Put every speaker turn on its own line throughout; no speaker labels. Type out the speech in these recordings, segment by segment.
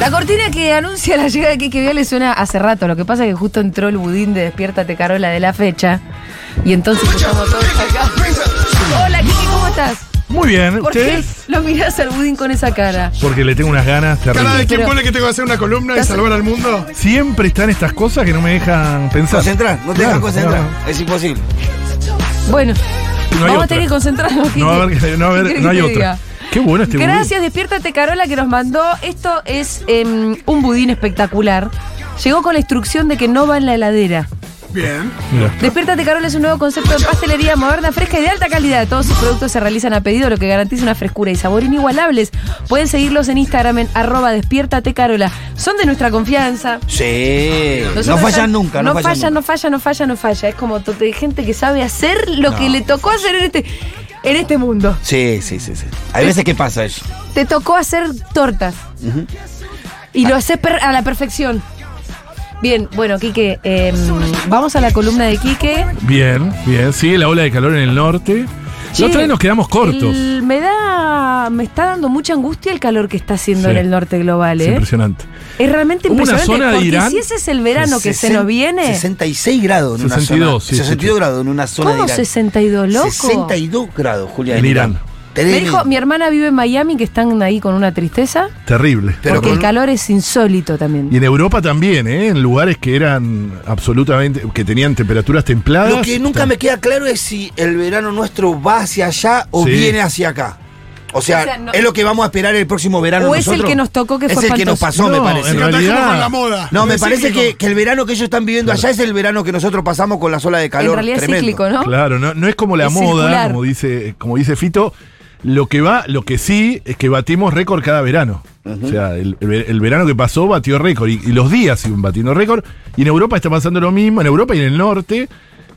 La cortina que anuncia la llegada de Kike Viale suena hace rato. Lo que pasa es que justo entró el budín de Despiértate Carola de la fecha. Y entonces estamos todos acá. Hola, Kike, ¿cómo estás?
Muy bien,
¿Por qué
¿ustedes?
lo mirás al budín con esa cara?
Porque le tengo unas ganas
Cara de
terribles.
quien
Pero-
pone que tengo que hacer una columna y
¿Estás-
salvar al mundo.
Siempre están estas cosas que no me dejan pensar.
Concentrar, no te dejas
Claro,
concentrar.
no.
Es imposible.
Bueno,
No hay
vamos a
otra.
tener que concentrarnos, Kike.
No, va a haber- no va a haber-
¿Qué querés
no hay
que te
otra.
diga?
Qué bueno este
Gracias, despiértate Carola que nos mandó. Esto es em, un budín espectacular. Llegó con la instrucción de que no va en la heladera.
Bien.
budín. Mira.
Despiértate Carola es un nuevo concepto de pastelería moderna, fresca y de alta calidad. Todos sus productos se realizan a pedido, lo que garantiza una frescura y sabor inigualables. Pueden seguirlos en Instagram en arroba despiértate Carola. Son de nuestra confianza.
Sí.
Nosotros
no fallan
tan-
nunca, no,
no
fallan.
no falla, no falla, no falla. Es como to- de gente que sabe hacer lo
No.
que le tocó hacer en este, en este mundo.
Sí, sí, sí, sí. Hay veces que pasa eso.
Te tocó hacer tortas. Y lo haces per- a la perfección. Bien, bueno, Quique, em, vamos a la columna de Quique.
Bien, bien. Sigue la ola de calor en el norte.
Che,
la otra vez nos quedamos cortos.
el- me da. Me está dando mucha angustia el calor que está haciendo
Sí.
en el norte global,
Es
¿eh?
impresionante.
Es realmente
Hubo una
impresionante.
zona de
porque
Irán
si ese es el verano que se nos viene.
66 grados en
62,
una zona.
sí,
62 grados en una zona
¿Cómo
de Irán.
62, loco?
62 grados, Julia.
En Irán.
Me dijo, mi hermana vive en Miami, que están ahí con una tristeza.
Terrible.
Pero
porque
con-
el calor es insólito también.
Y en Europa también, ¿eh? En lugares que eran absolutamente. que tenían temperaturas templadas.
Lo que nunca me queda claro es si el verano nuestro va hacia allá o
Sí.
viene hacia acá. O sea,
O sea, no-
es lo que vamos a esperar el próximo verano.
O es el
nosotros.
que nos tocó que
es
fue
el que nos
espantoso.
pasó, me
No,
parece.
en
Acá estamos
realidad-
con la
Ah,
moda.
No, me
Es
parece que,
cíclico.
que el verano que ellos están viviendo allá es el verano que nosotros pasamos con la ola de calor.
en realidad
tremendo.
es cíclico, ¿no?
Claro, no, no es como la
Es
moda,
circular.
como dice, como dice Fito. Lo que va, lo que sí es que batimos récord cada verano. O sea, el, el ver- el verano que pasó batió récord y, y los días siguen batiendo récord. Y en Europa está pasando lo mismo, en Europa y en el norte,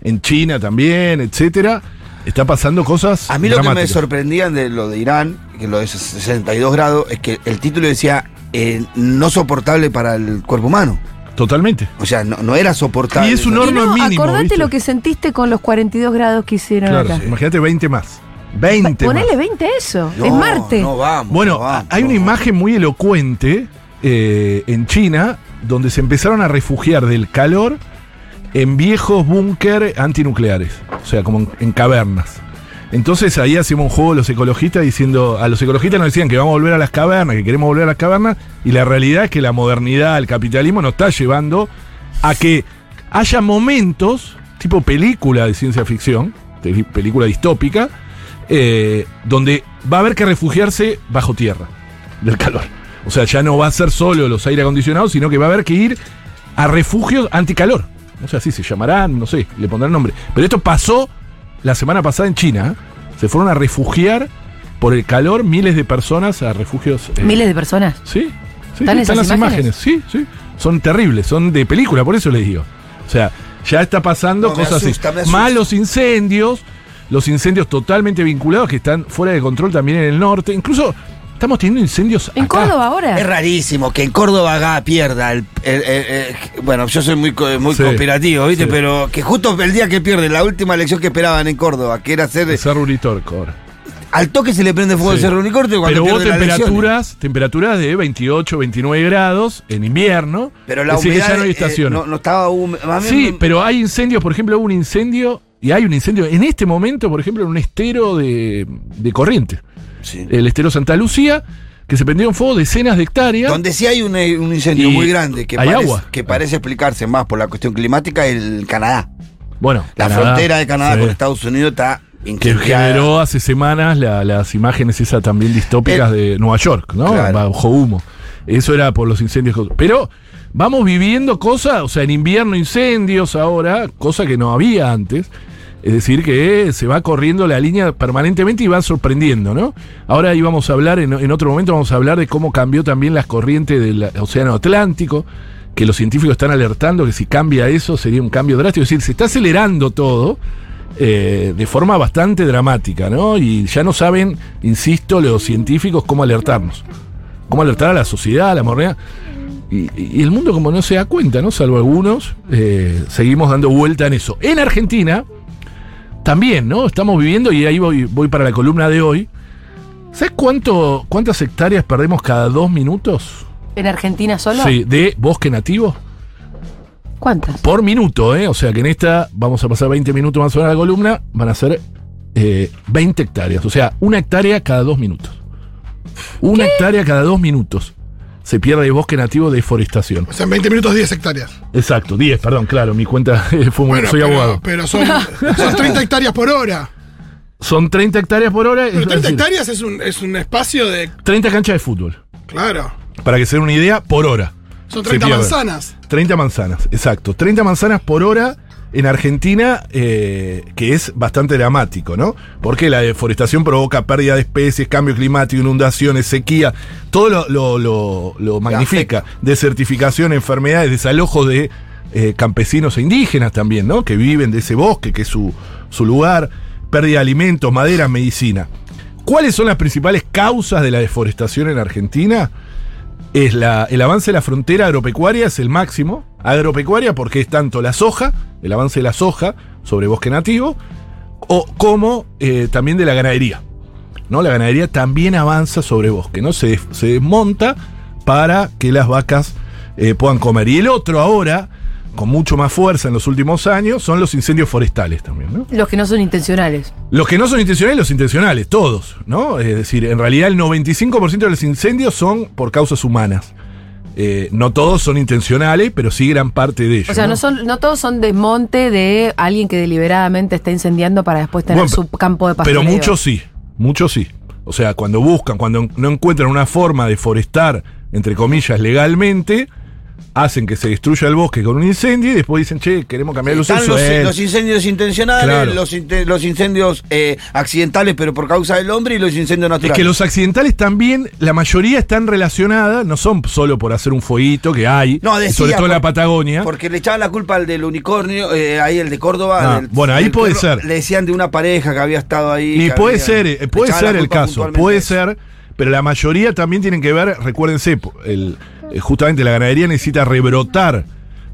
en China también, etcétera. Está pasando cosas.
A mí lo que me
dramáticas.
sorprendían de lo de Irán, que lo de 62 grados, es que el título decía eh, no soportable para el cuerpo humano.
Totalmente.
O sea, no, no era soportable.
Y es un
No-
Y
horno
no,
mínimo,
acordate
¿viste?
lo que sentiste con los 42 grados que hicieron
Claro,
acá.
sí. imagínate 20 más. 20 más.
Ponele 20 a eso.
No,
es Marte.
No vamos.
Bueno,
no vamos,
hay
no
una
vamos.
imagen muy elocuente eh, en China donde se empezaron a refugiar del calor en viejos búnker antinucleares, o sea, como en, en cavernas. Entonces ahí hacemos un juego los ecologistas diciendo, a los ecologistas nos decían que vamos a volver a las cavernas, que queremos volver a las cavernas, y la realidad es que la modernidad, el capitalismo nos está llevando a que haya momentos, tipo película de ciencia ficción, de- película distópica, eh, donde va a haber que refugiarse bajo tierra del calor. O sea, ya no va a ser solo los aire acondicionados, sino que va a haber que ir a refugios anticalor. No sé, así se llamarán, no sé, le pondrán nombre. Pero esto pasó la semana pasada en China. ¿eh? Se fueron a refugiar por el calor miles de personas a refugios. eh,
Miles de personas.
Sí, sí,
¿Están esas
sí, están las
imágenes?
imágenes? Sí, sí. Son terribles, son de película, por eso les digo. O sea, ya está pasando
No, me
cosas
asusta, me
así.
asusta.
Más los incendios, los incendios totalmente vinculados que están fuera de control también en el norte. Incluso estamos teniendo incendios
En
acá.
Córdoba ahora.
Es rarísimo que en Córdoba Gá pierda. el- el- el- el- bueno, yo soy muy, co- muy
Sí,
conspirativo, ¿viste?
sí.
Pero que justo el día que pierde, la última elección que esperaban en Córdoba, que era hacer.
El Cerro Uritorco ahora.
Al toque se le prende fuego
Sí.
el cerro Unicorte cuando
Pero hubo
pierde la elección.
temperaturas, temperaturas de 28, 29 grados en invierno.
Pero la
Es decir, que
humedad.
ya no hay
eh,
estación.
no, no estaba húmedo. Más
Sí,
bien-
pero hay incendios, por ejemplo, hubo un incendio, y hay un incendio en este momento, por ejemplo, en un estero de, de corriente,
Sí.
el estero Santa Lucía, que se prendió en fuego decenas de hectáreas.
Donde sí hay un, eh, un incendio
Y
muy grande que,
hay
parece,
agua.
que parece explicarse más por la cuestión climática, el Canadá.
Bueno,
La
Canadá,
frontera de Canadá
sí,
con Estados Unidos está
Que
incendiada.
generó hace semanas la- las imágenes esas también distópicas de Nueva York, ¿no?
Claro.
Bajo humo. Eso era por los incendios. Pero vamos viviendo cosas, o sea, en invierno incendios ahora, cosa que no había antes. Es decir, que se va corriendo la línea permanentemente y va sorprendiendo, ¿no? Ahora íbamos a hablar, en, en otro momento vamos a hablar de cómo cambió también las corrientes del Océano Atlántico, que los científicos están alertando que si cambia eso sería un cambio drástico. Es decir, se está acelerando todo eh, de forma bastante dramática, ¿no? Y ya no saben, insisto, los científicos cómo alertarnos. Cómo alertar a la sociedad, a la morrea. Y, y el mundo como no se da cuenta, ¿no? Salvo algunos, eh, seguimos dando vuelta en eso. En Argentina, también, ¿no? Estamos viviendo, y ahí voy, voy para la columna de hoy. ¿Sabes cuánto, cuántas hectáreas perdemos cada dos minutos?
¿En Argentina solo?
Sí, de bosque nativo.
¿Cuántas?
Por minuto, ¿eh? O sea que en esta vamos a pasar 20 minutos más sobre la columna, van a ser eh, 20 hectáreas. O sea, una hectárea cada dos minutos. Una hectárea cada dos minutos. Se pierde el bosque nativo de deforestación.
O sea, en 20 minutos 10 hectáreas.
Exacto, 10, perdón, claro, mi cuenta eh, fue muy.
Bueno,
soy
pero,
abogado.
Pero son, son 30 hectáreas por hora.
Son 30 hectáreas por hora.
Pero
es
30
decir,
hectáreas es un, es un espacio de.
30 canchas de fútbol.
Claro.
Para que se den una idea, por hora.
Son
Se
30
pierde.
manzanas.
30 manzanas, exacto. 30 manzanas por hora en Argentina, eh, que es bastante dramático, ¿no? Porque la deforestación provoca pérdida de especies, cambio climático, inundaciones, sequía, todo lo, lo- lo- lo magnifica. Desertificación, enfermedades, desalojos de eh, campesinos e indígenas también, ¿no? Que viven de ese bosque, que es su, su lugar, pérdida de alimentos, madera, medicina. ¿Cuáles son las principales causas de la deforestación en Argentina? es la, el avance de la frontera agropecuaria es el máximo. Agropecuaria porque es tanto la soja, el avance de la soja sobre bosque nativo, o como eh, también de la ganadería. ¿no? La ganadería también avanza sobre bosque, ¿no? Se, des- se desmonta para que las vacas eh, puedan comer. Y el otro ahora, con mucho más fuerza en los últimos años, son los incendios forestales también, ¿no?
Los que no son intencionales.
Los que no son intencionales, los intencionales, todos, ¿no? Es decir, en realidad el 95% de los incendios son por causas humanas. Eh, no todos son intencionales, pero sí gran parte de ellos.
O sea, no, son, no todos son desmonte de alguien que deliberadamente está incendiando para después tener
Bueno,
su campo de pastoreo.
Pero muchos sí, muchos sí. O sea, cuando buscan, cuando en- no encuentran una forma de forestar, entre comillas, legalmente, hacen que se destruya el bosque con un incendio y después dicen, che, queremos cambiar los
Están
usos.
los,
Eh,
los incendios intencionales,
Claro.
los, inte- los incendios eh, accidentales, pero por causa del hombre, y los incendios
Es
naturales.
que los accidentales también, la mayoría están relacionadas, no son solo por hacer un fueguito que hay,
No, decía,
sobre todo en la
por-
Patagonia.
Porque le echaban la culpa al del unicornio, eh, ahí el de Córdoba.
Ah,
del-
bueno, ahí
del
puede
perro,
ser.
Le decían de una pareja que había estado ahí.
Y
que
puede
había-
ser, eh,
le
puede
echaban la
ser el
culpa
caso,
puntualmente
puede
a eso.
ser, pero la mayoría también tienen que ver, recuérdense, po- el- eh, justamente la ganadería necesita rebrotar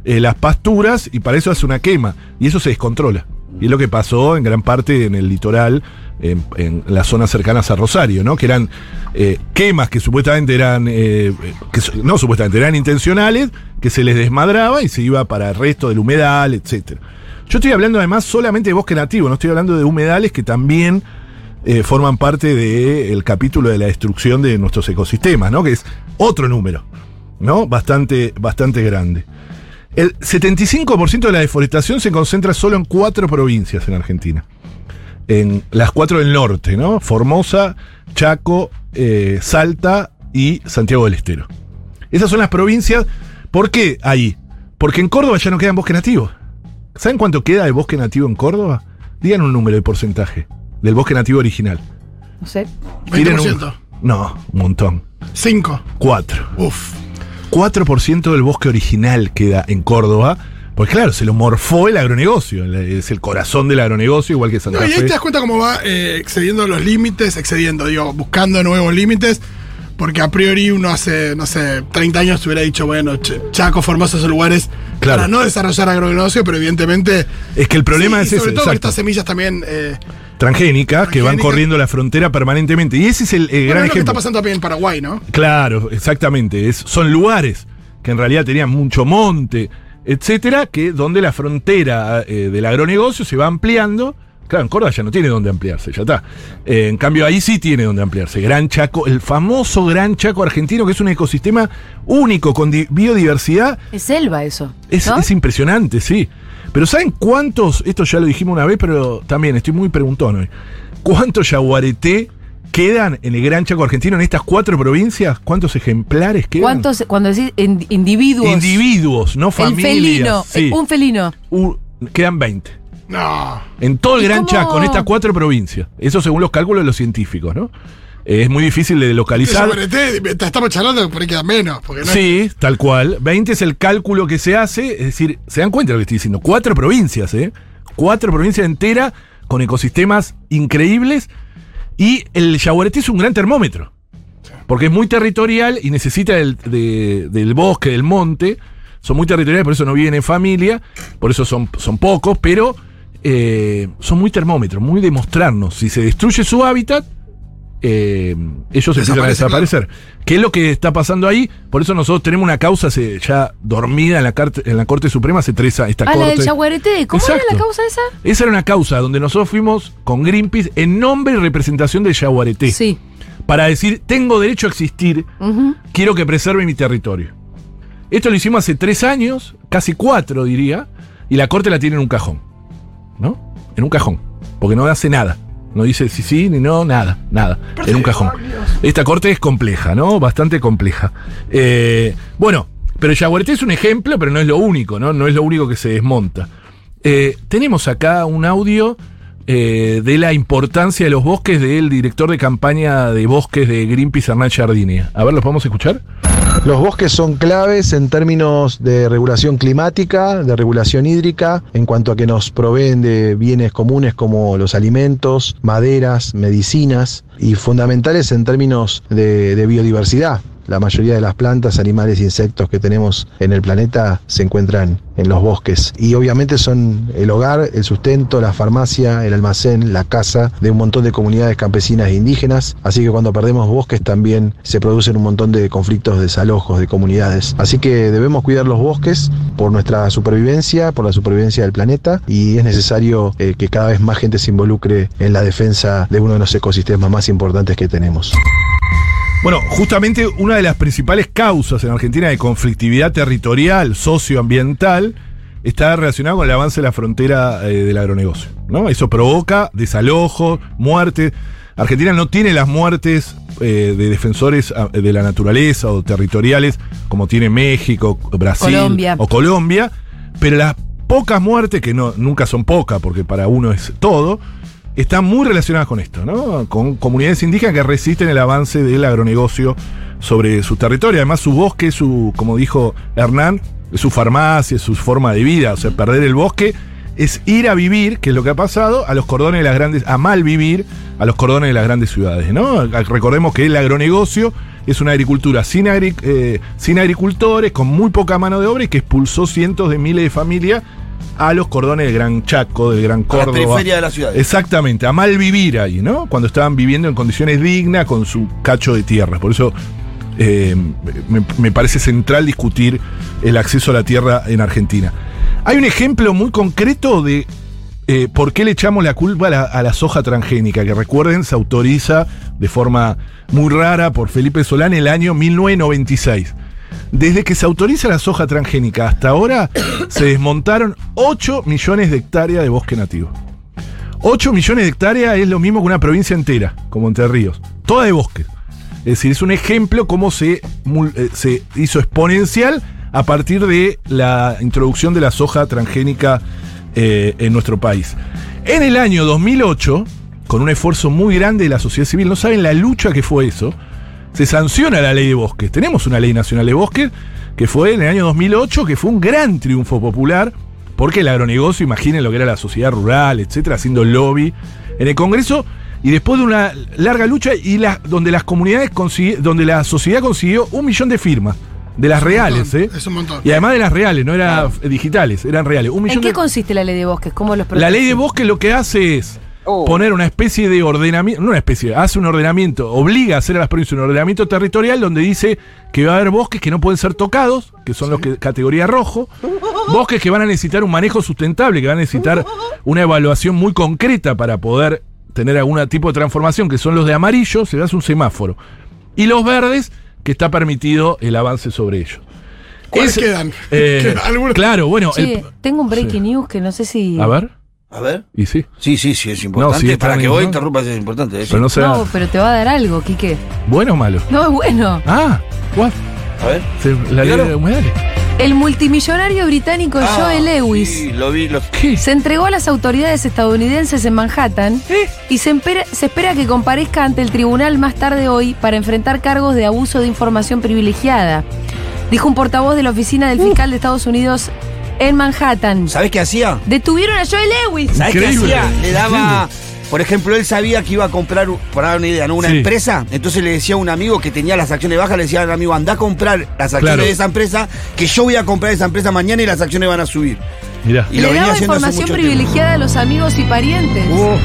eh, las pasturas y para eso hace una quema y eso se descontrola. Y es lo que pasó en gran parte en el litoral, en, en las zonas cercanas a Rosario, ¿no? Que eran eh, quemas que supuestamente eran, eh, que su- no supuestamente, eran intencionales, que se les desmadraba y se iba para el resto del humedal, etcétera. Yo estoy hablando además solamente de bosque nativo, no estoy hablando de humedales que también eh, forman parte del capítulo de la destrucción de nuestros ecosistemas, ¿no? Que es otro número, ¿no? Bastante, bastante grande. El 75% de la deforestación se concentra solo en cuatro provincias en Argentina. En las cuatro del norte, ¿no? Formosa, Chaco, eh, Salta y Santiago del Estero. Esas son las provincias. ¿Por qué ahí? Porque en Córdoba ya no quedan bosque nativo. ¿Saben cuánto queda de bosque nativo en Córdoba? Digan un número de porcentaje del bosque nativo original.
No sé.
Tiren un-
20%.
no, un montón.
5.
Cuatro.
Uf.
4% del bosque original queda en Córdoba. Pues claro, se lo morfó el agronegocio. Es el corazón del agronegocio, igual que Santa
No, y este ahí
Fe.
te das cuenta cómo va eh, excediendo los límites, excediendo, digo, buscando nuevos límites. Porque a priori uno hace, no sé, 30 años te hubiera dicho, bueno, Ch- Chaco, Formosa esos lugares
Claro.
para no desarrollar agronegocio, pero evidentemente.
Es que el problema
Sí,
es
sobre
ese,
todo con
exacto.
estas semillas también. eh,
Transgénicas que van
Transgénicas.
corriendo la frontera permanentemente. Y ese es el, el
bueno,
gran
es lo que
ejemplo.
está pasando también en Paraguay, ¿no?
Claro, exactamente. Es- son lugares que en realidad tenían mucho monte, etcétera, que donde la frontera eh, del agronegocio se va ampliando. Claro, en Córdoba ya no tiene donde ampliarse, ya está. Eh, en cambio, ahí sí tiene donde ampliarse. Gran Chaco, el famoso Gran Chaco argentino, que es un ecosistema único con di- biodiversidad
Es selva eso.
es,
¿no?
es impresionante, sí. Pero ¿saben cuántos? Esto ya lo dijimos una vez, pero también estoy muy preguntón hoy. ¿Cuántos yaguareté quedan en el Gran Chaco argentino, en estas cuatro provincias? ¿Cuántos ejemplares quedan?
¿Cuántos, cuando decís in- individuos?
individuos, no
El
familias?
felino.
Sí.
eh, Un felino.
U- quedan 20.
No.
En todo el
¿Y
Gran
cómo?
Chaco, en estas cuatro provincias. Eso según los cálculos de los científicos, ¿no? Eh, es muy difícil de localizar.
Sobre te, mientras estamos charlando, por ahí queda menos. Porque no
Sí, tal cual. 20 es el cálculo que se hace, es decir, se dan cuenta de lo que estoy diciendo. Cuatro provincias, ¿eh? Cuatro provincias enteras con ecosistemas increíbles. Y el yaguareté es un gran termómetro. Porque es muy territorial y necesita del, de- del bosque, del monte. Son muy territoriales, por eso no viven en familia, por eso son, son pocos, pero eh, son muy termómetros, muy de mostrarnos. Si se destruye su hábitat, eh, ellos empiezan a
Desaparece,
desaparecer. ¿Qué es lo que está pasando ahí? Por eso nosotros tenemos una causa hace- ya dormida en la, carte- en la Corte Suprema hace tres años. Esta
Ah, la
corte.
del Yaguareté. ¿Cómo era la
este. Exacto.
causa esa?
Esa era una causa donde nosotros fuimos con Greenpeace en nombre y representación de Yaguareté.
Sí.
Para decir, tengo derecho a existir,
Ujú.
quiero que preserve mi territorio. Esto lo hicimos hace tres años, casi cuatro diría, y la corte la tiene en un cajón. ¿No? En un cajón. Porque no hace nada. No dice sí, sí, ni no, nada, nada. En un cajón. Esta corte es compleja, ¿no? Bastante compleja. Eh, bueno, pero Yaguareté es un ejemplo, pero no es lo único, ¿no? No es lo único que se desmonta. Eh, tenemos acá un audio eh, de la importancia de los bosques del director de campaña de bosques de Greenpeace, Hernán Giardini. A ver, ¿los podemos escuchar?
Los bosques son claves en términos de regulación climática, de regulación hídrica, en cuanto a que nos proveen de bienes comunes como los alimentos, maderas, medicinas y fundamentales en términos de, de biodiversidad. La mayoría de las plantas, animales e insectos que tenemos en el planeta se encuentran en los bosques. Y obviamente son el hogar, el sustento, la farmacia, el almacén, la casa de un montón de comunidades campesinas e indígenas. Así que cuando perdemos bosques también se producen un montón de conflictos, desalojos de comunidades. Así que debemos cuidar los bosques por nuestra supervivencia, por la supervivencia del planeta. Y es necesario eh, que cada vez más gente se involucre en la defensa de uno de los ecosistemas más importantes que tenemos.
Bueno, justamente una de las principales causas en Argentina de conflictividad territorial, socioambiental, está relacionada con el avance de la frontera eh, del agronegocio. ¿no? Eso provoca desalojos, muertes. Argentina no tiene las muertes eh, de defensores ah, de la naturaleza o territoriales como tiene México, Brasil
Colombia.
o Colombia, pero las pocas muertes, que no, nunca son pocas porque para uno es todo, están muy relacionadas con esto, ¿no? Con comunidades indígenas que resisten el avance del agronegocio sobre su territorio. Además, su bosque, su, como dijo Hernán, es su farmacia, es su forma de vida. O sea, perder el bosque es ir a vivir, que es lo que ha pasado, a los cordones de las grandes, a mal vivir a los cordones de las grandes ciudades, ¿no? Recordemos que el agronegocio es una agricultura sin, agri- eh, sin agricultores, con muy poca mano de obra y que expulsó cientos de miles de familias a los cordones del Gran Chaco, del Gran
A la
Córdoba.
periferia de la ciudad. ¿eh?
Exactamente, a mal vivir ahí, ¿no? Cuando estaban viviendo en condiciones dignas con su cacho de tierra. Por eso eh, me, me parece central discutir el acceso a la tierra en Argentina. Hay un ejemplo muy concreto de eh, por qué le echamos la culpa a la, a la soja transgénica, que recuerden se autoriza de forma muy rara por Felipe Solán en el año 1996. Desde que se autoriza la soja transgénica hasta ahora, se desmontaron 8 millones de hectáreas de bosque nativo. 8 millones de hectáreas es lo mismo que una provincia entera, como Entre Ríos, toda de bosque. Es decir, es un ejemplo cómo se, mul- eh, se hizo exponencial a partir de la introducción de la soja transgénica eh, en nuestro país. En el año 2008, con un esfuerzo muy grande de la sociedad civil, no saben la lucha que fue eso, se sanciona la ley de bosques. Tenemos una ley nacional de bosques que fue en el año 2008, que fue un gran triunfo popular, porque el agronegocio, imaginen lo que era la sociedad rural, etcétera, haciendo lobby en el Congreso, y después de una larga lucha y la- donde las comunidades consigui- donde la sociedad consiguió un millón de firmas, de las reales, ¿eh?
Es un montón.
Y además de las reales, no eran digitales, eran reales. Un
¿En
millón
qué
de-
consiste la ley de bosques? ¿Cómo los
la ley de bosque lo que hace es poner una especie de ordenamiento, no una especie, hace un ordenamiento, obliga a hacer a las provincias un ordenamiento territorial donde dice que va a haber bosques que no pueden ser tocados, que son los que categoría rojo, bosques que van a necesitar un manejo sustentable, que van a necesitar una evaluación muy concreta para poder tener algún tipo de transformación, que son los de amarillo, se le hace un semáforo, y los verdes, que está permitido el avance sobre ellos.
¿Cuáles
Es-
quedan?
eh,
Algunos-
claro, bueno,
Che,
el-
tengo un breaking news que no sé si.
a ver,
A ver.
y sí.
Sí, sí, sí, es importante.
sí, está
Para que
bien,
vos
¿no?
interrumpas es importante. eh, sí.
Pero no sea
No, pero te va a dar algo, Quique.
bueno o malo.
No, es bueno.
Ah, what?
A ver.
Se- la ley
Claro.
de humedales.
El multimillonario británico
Ah,
Joe Pues Lewis
Sí, lo vi, lo-
se entregó a las autoridades estadounidenses en Manhattan y se, empera- se espera que comparezca ante el tribunal más tarde hoy para enfrentar cargos de abuso de información privilegiada. Dijo un portavoz de la oficina del fiscal de Estados Unidos en Manhattan.
¿Sabés qué hacía?
Detuvieron a Joe Lewis.
¿Sabés qué
Increíble,
hacía? Le daba. Por ejemplo, él sabía que iba a comprar, un- para dar una idea, ¿no? Una
Sí.
empresa. Entonces le decía a un amigo que tenía las acciones bajas, le decía al amigo, anda a comprar las acciones
Claro.
de esa empresa, que yo voy a comprar esa empresa mañana y las acciones van a subir.
Mirá.
Y lo
Le
venía
daba
haciendo hace
información
mucho Uh,
privilegiada a los amigos y parientes.
tiempo.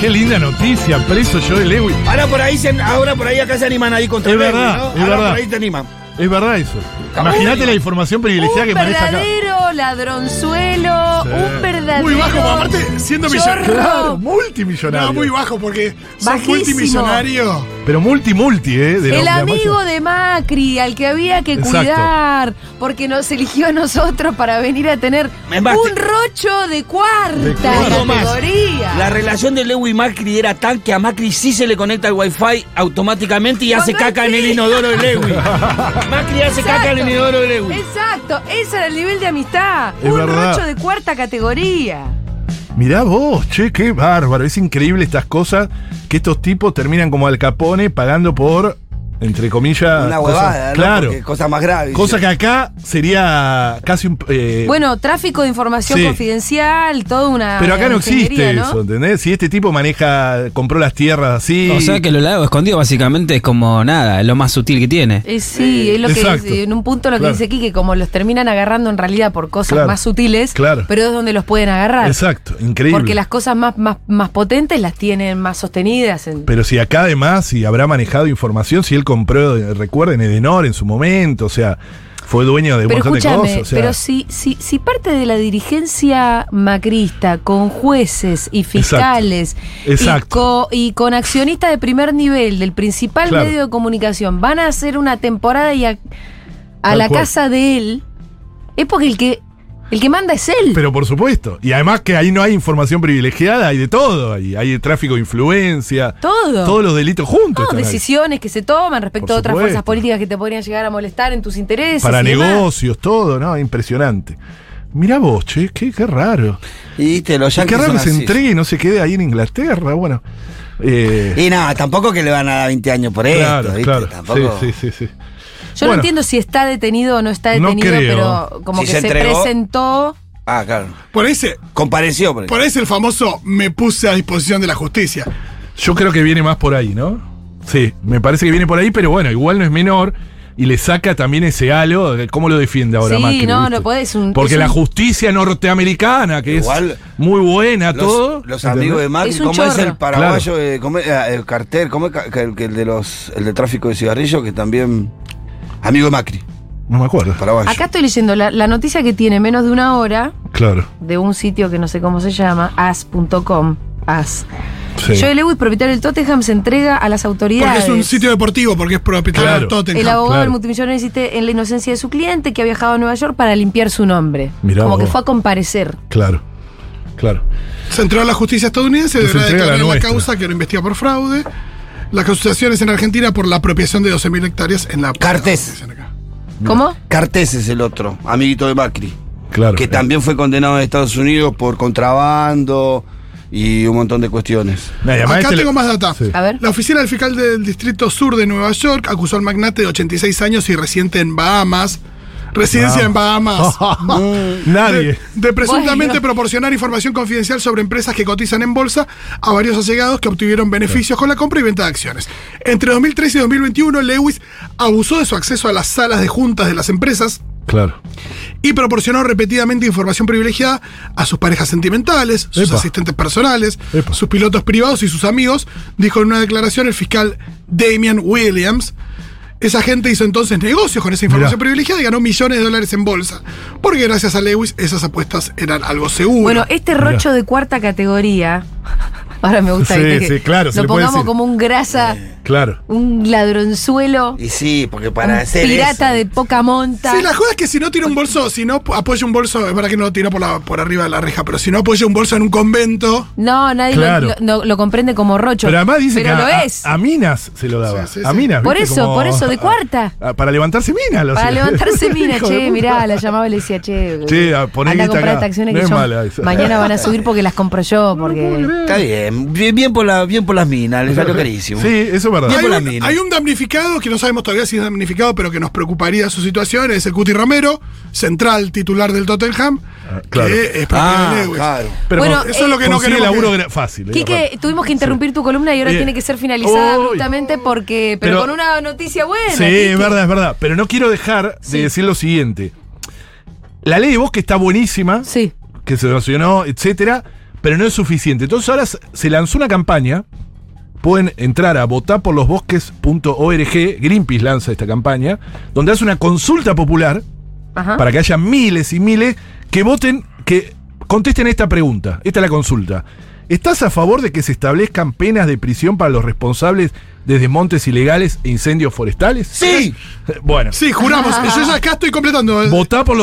Qué linda noticia, preso Joe Lewis.
Ahora por ahí se, ahora por ahí acá se animan ahí contra
Es
Lewis,
verdad,
¿no?
es
Ahora
verdad.
por ahí te animan.
Es verdad eso. Imagínate la información privilegiada que
Un
maneja acá.
verdadero ladronzuelo,
Sí.
un verdadero.
Muy bajo, porque aparte, siendo millonario.
Claro,
No,
multimillonario.
muy bajo, porque son
Bajísimo.
multimillonario.
Pero multi multi, eh. de la- de
El
la
amigo
máxima-
de Macri, al que había que
Exacto.
cuidar, porque nos eligió a nosotros para venir a tener
Es más,
un
te-
rocho de cuarta
De cuarta.
categoría.
La relación de Lewis y Macri era tan que a Macri sí se le conecta el wifi automáticamente y hace
Cuando
caca en
sí.
el inodoro de Lewis. Macri hace caca en el inodoro de Lewis.
Exacto, ese era el nivel de amistad.
Es
un
verdad.
rocho de cuarta categoría.
Mirá vos, che, qué bárbaro. Es increíble estas cosas que estos tipos terminan como Al Capone pagando por, entre comillas.
Una
cosas-
huevada, ¿no?
Ah, Claro.
Porque Cosa más grave.
Cosa que acá sería casi un. eh,
Bueno, tráfico de información
sí.
confidencial, toda una.
pero acá
Ah,
no
ingeniería,
existe
¿no?
eso, ¿entendés? Si este tipo maneja, compró las tierras así.
O sea que lo lado escondido básicamente es como nada, es lo más sutil que tiene.
Eh, sí, es lo que
Exacto.
dice- en un punto lo que
Claro.
dice Quique, como los terminan agarrando en realidad por cosas
Claro.
más sutiles,
Claro.
pero es donde los pueden agarrar.
Exacto, increíble.
Porque las cosas más, más, más potentes las tienen más sostenidas. en-
Pero si acá además, si habrá manejado información, si él compró, eh, recuerden, Edenor en su momento, o sea, fue dueño de un
Pero
montón de
escúchame,
cosas. O sea,
pero si, si, si parte de la dirigencia macrista con jueces y fiscales Y,
Exacto.
co- y con accionistas de primer nivel del principal
Claro.
medio de comunicación van a hacer una temporada y a, a
Tal
la
cual.
casa de él, es porque el que, el que manda es él.
Pero por supuesto. Y además que ahí no hay información privilegiada, hay de todo. Hay, hay tráfico de influencia.
Todo.
Todos los delitos juntos.
No,
están ahí.
decisiones que se toman respecto
Por
a otras
supuesto.
fuerzas políticas que te podrían llegar a molestar en tus intereses.
Para
y demás.
negocios, todo, ¿no? Impresionante. Mirá vos, che, qué, qué raro.
Y viste, los
Y
yankees
qué raro
son
que se
así.
entregue y no se quede ahí en Inglaterra. Bueno. Eh,
Y nada, tampoco que le van a dar 20 años por
claro,
esto, ¿viste?
claro.
Tampoco.
Sí, sí, sí, sí.
Yo
Bueno.
no entiendo si está detenido o no está
No
detenido,
creo.
pero como
Si
que
se
se,
entregó.
presentó.
Ah, claro.
Por ese,
Compareció, por
por ese el famoso me puse a disposición de la justicia.
Yo creo que viene más por ahí, ¿no? Sí, me parece que viene por ahí, pero bueno, igual no es menor. Y le saca también ese halo, de ¿cómo lo defiende ahora
Sí,
Macri,
no,
viste?
no podés, es un-
Porque
es
la
un-
justicia norteamericana, que
Igual,
es muy buena,
Los,
todo.
los
¿entendés?
amigos de Macri,
Es un
¿cómo es
chorro.
el paraguayo? de ¿cómo es? Ah, el cartel, ¿cómo es ca- que el, que el de los, el de tráfico de cigarrillos? Que también. Amigo de Macri,
No me acuerdo.
paraguayo.
Acá estoy leyendo la, la noticia que tiene menos de una hora
Claro.
de un sitio que no sé cómo se llama, as.com. As.
sí.
Joe Lewis, propietario del Tottenham, se entrega a las
Porque
autoridades.
es un sitio deportivo, porque es propietario
Claro.
del Tottenham.
El abogado
Claro.
del multimillonario insiste en la inocencia de su cliente que ha viajado a Nueva York para limpiar su nombre.
Mirá
como
vos.
que fue a comparecer.
Claro. Claro.
Se entró a la justicia estadounidense,
Que se
deberá
entrega la
declarar la,
nuestra.
causa que lo investiga por fraude. Las acusaciones en Argentina por la apropiación de 12.000 hectáreas en la...
Cartes.
Dicen acá.
¿Cómo?
Cartes es el otro, amiguito de Macri.
Claro. eh.
Que también fue condenado en Estados Unidos por contrabando y un montón de cuestiones.
Nah, y además
Acá
este
tengo
le-
más data.
Sí.
A ver.
La oficina del fiscal del Distrito Sur de Nueva York acusó al magnate de 86 años y residente en Bahamas. Residencia en Bahamas.
Ah, Nadie.
De, de presuntamente
Bueno.
proporcionar información confidencial sobre empresas que cotizan en bolsa a varios allegados que obtuvieron beneficios con la compra y venta de acciones. Entre 2013 y 2021, Lewis abusó de su acceso a las salas de juntas de las empresas
Claro.
y proporcionó repetidamente información privilegiada a sus parejas sentimentales, sus
Epa.
asistentes personales,
Epa.
sus pilotos privados y sus amigos, dijo en una declaración el fiscal Damian Williams. Esa gente hizo entonces negocios con esa información
Mirá.
privilegiada y ganó millones de dólares en bolsa. Porque gracias a Lewis esas apuestas eran algo seguro.
Bueno, este
Mirá.
rocho de cuarta categoría. Ahora me gusta
Sí,
viste,
sí, claro, se
lo
le puede
pongamos
decir.
Eh.
como un grasa
Claro.
un ladronzuelo,
Y sí, porque
un
para hacer
pirata
eso-
de poca monta.
Sí, la joda es que si no tira un bolso, si no apoya un bolso, es verdad que no lo tiró por, la, por arriba de la reja, pero si no apoya un bolso en un convento.
No, nadie lo-
Claro.
lo, no- lo comprende como rocho.
Pero además dice
Pero
que
lo
a, a-
es.
a Minas se lo daba.
Sí, sí,
A
sí.
Minas.
Por
¿viste?
eso,
Como-
por eso, de cuarta.
a- para levantarse Minas. lo
Para
hacía.
levantarse mina,
Hijo de
che,
puta.
mirá, la llamaba y le decía, che,
Che, a- poné
anda a
guita
comprar
acá.
estas acciones
No
que
es
yo
mala esa.
mañana van a subir porque las compro yo, porque...
Está bien, bien, bien por, la, bien por las minas, les salió carísimo.
Sí, eso es verdad.
Bien
Hay
por la
un,
mina.
hay un damnificado que no sabemos todavía si es damnificado, pero que nos preocuparía su situación, es el Cuti Romero, central titular del Tottenham,
Ah, claro.
que es propiedad de
Ah,
Lewis.
claro.
Pero
Bueno, eh,
con-
Eso es lo que no
consigue
queremos.
laburo
que-
gra- fácil. eh,
Quique,
aparte.
tuvimos que interrumpir tu columna y ahora
Bien.
tiene que ser finalizada
Uy.
abruptamente porque... Pero,
Pero-
con una noticia buena.
Sí,
Quique.
es verdad, es verdad. Pero no quiero dejar
Sí.
de decir lo siguiente. La ley de bosque está buenísima,
Sí.
que se relacionó, etcétera, pero no es suficiente. Entonces ahora s- se lanzó una campaña. Pueden entrar a votaporlosbosques.org, Greenpeace lanza esta campaña, donde hace una consulta popular
Ajá.
para que haya miles y miles que voten, que contesten esta pregunta. Esta es la consulta. ¿Estás a favor de que se establezcan penas de prisión para los responsables de desmontes ilegales e incendios forestales?
Sí.
Bueno,
Sí, juramos. Yo ya acá estoy completando. eh.
votá por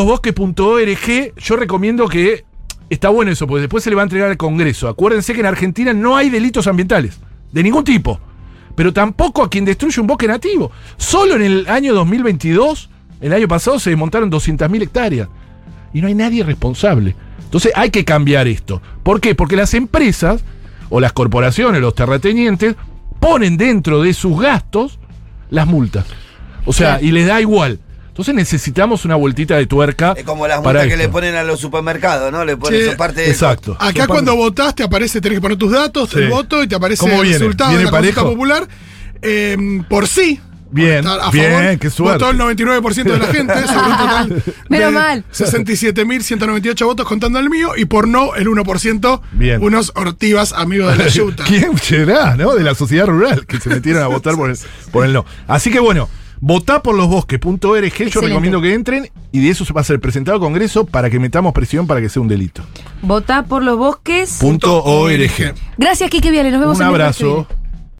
losbosques.org. Yo recomiendo que. Está bueno eso, porque después se le va a entregar al Congreso. Acuérdense que en Argentina no hay delitos ambientales, de ningún tipo. Pero tampoco a quien destruye un bosque nativo. Solo en el año 2022, el año pasado, se desmontaron 200.000 hectáreas. Y no hay nadie responsable. Entonces hay que cambiar esto. ¿Por qué? Porque las empresas, o las corporaciones, los terratenientes, ponen dentro de sus gastos las multas. O sea, y les da igual. Entonces necesitamos una vueltita de tuerca.
Es como las
para
multas que
esto.
le ponen a los supermercados, ¿no? Le ponen
Sí,
su parte de-
Exacto.
Acá cuando votás te aparece, tenés que poner tus datos,
Sí.
el voto y te aparece
¿Cómo
el
viene?
resultado
¿Viene
de la consulta
parejo?
popular. eh, por sí. por
Bien,
estar a
bien,
favor,
qué suerte.
Votó el 99% de la gente, sobre un total
Menos
de
mal.
67.198 votos contando el mío y por no el 1%,
Bien.
unos ortivas amigos de la yuta.
¿Quién será, no? De la sociedad rural que se metieron a votar por el, por el no. Así que bueno, votá por losbosques.org. Yo
Excelente.
recomiendo que entren y de eso se va a ser presentado al Congreso para que metamos presión para que sea un delito.
Votá por los bosques.
Punto org.
Gracias, Quique Viale. Nos vemos
Un
el miércoles que
abrazo.
viene.